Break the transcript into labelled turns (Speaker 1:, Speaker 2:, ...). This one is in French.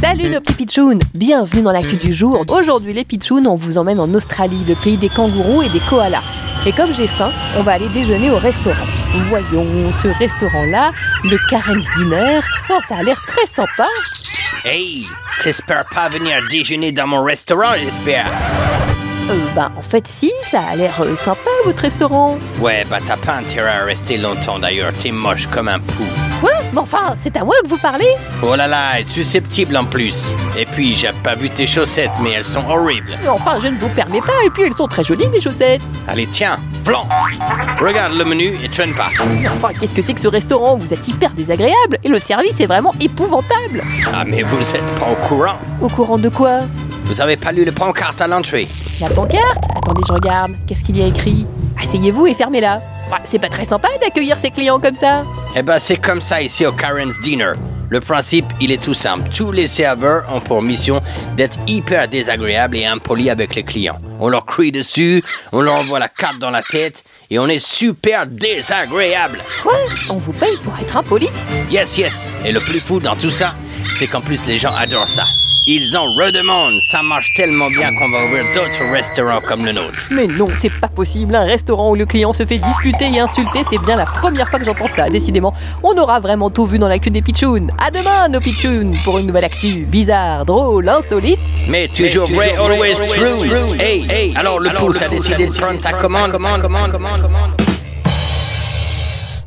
Speaker 1: Salut nos petits pitchouns Bienvenue dans l'actu du jour. Aujourd'hui les pitchouns, on vous emmène en Australie, le pays des kangourous et des koalas. Et comme j'ai faim, on va aller déjeuner au restaurant. Voyons ce restaurant-là, le Karen's Dinner. Oh, ça a l'air très sympa.
Speaker 2: Hey, t'espères pas venir déjeuner dans mon restaurant, j'espère.
Speaker 1: Euh, ben en fait si, ça a l'air euh, sympa votre restaurant.
Speaker 2: Ouais, bah t'as pas intérêt à rester longtemps d'ailleurs, t'es moche comme un pou.
Speaker 1: Quoi Mais enfin, c'est à moi que vous parlez
Speaker 2: Oh là là, elle est susceptible en plus. Et puis, j'ai pas vu tes chaussettes, mais elles sont horribles.
Speaker 1: Mais enfin, je ne vous permets pas. Et puis elles sont très jolies mes chaussettes.
Speaker 2: Allez, tiens, flan Regarde le menu et traîne pas.
Speaker 1: Mais enfin, qu'est-ce que c'est que ce restaurant Vous êtes hyper désagréable et le service est vraiment épouvantable.
Speaker 2: Ah, mais vous êtes pas au courant.
Speaker 1: Au courant de quoi
Speaker 2: Vous avez pas lu le pancarte à l'entrée.
Speaker 1: La pancarte Attendez, je regarde. Qu'est-ce qu'il y a écrit Asseyez-vous et fermez-la. Bah, c'est pas très sympa d'accueillir ses clients comme ça.
Speaker 2: Eh ben, c'est comme ça ici au Karen's Dinner. Le principe, il est tout simple. Tous les serveurs ont pour mission d'être hyper désagréables et impolis avec les clients. On leur crie dessus, on leur envoie la carte dans la tête et on est super désagréable.
Speaker 1: Quoi On vous paye pour être impoli
Speaker 2: Yes, yes. Et le plus fou dans tout ça, c'est qu'en plus les gens adorent ça. Ils en redemandent. Ça marche tellement bien qu'on va ouvrir d'autres restaurants comme le nôtre.
Speaker 1: Mais non, c'est pas possible. Un restaurant où le client se fait disputer et insulter, c'est bien la première fois que j'entends ça. Décidément, on aura vraiment tout vu dans l'actu des pitchouns. À demain, nos pitchouns, pour une nouvelle actu bizarre, drôle, insolite.
Speaker 2: Mais toujours vrai, always, true. Hey, hey, alors le pou, t'as décidé de prendre ta commande, commande, commande, commande.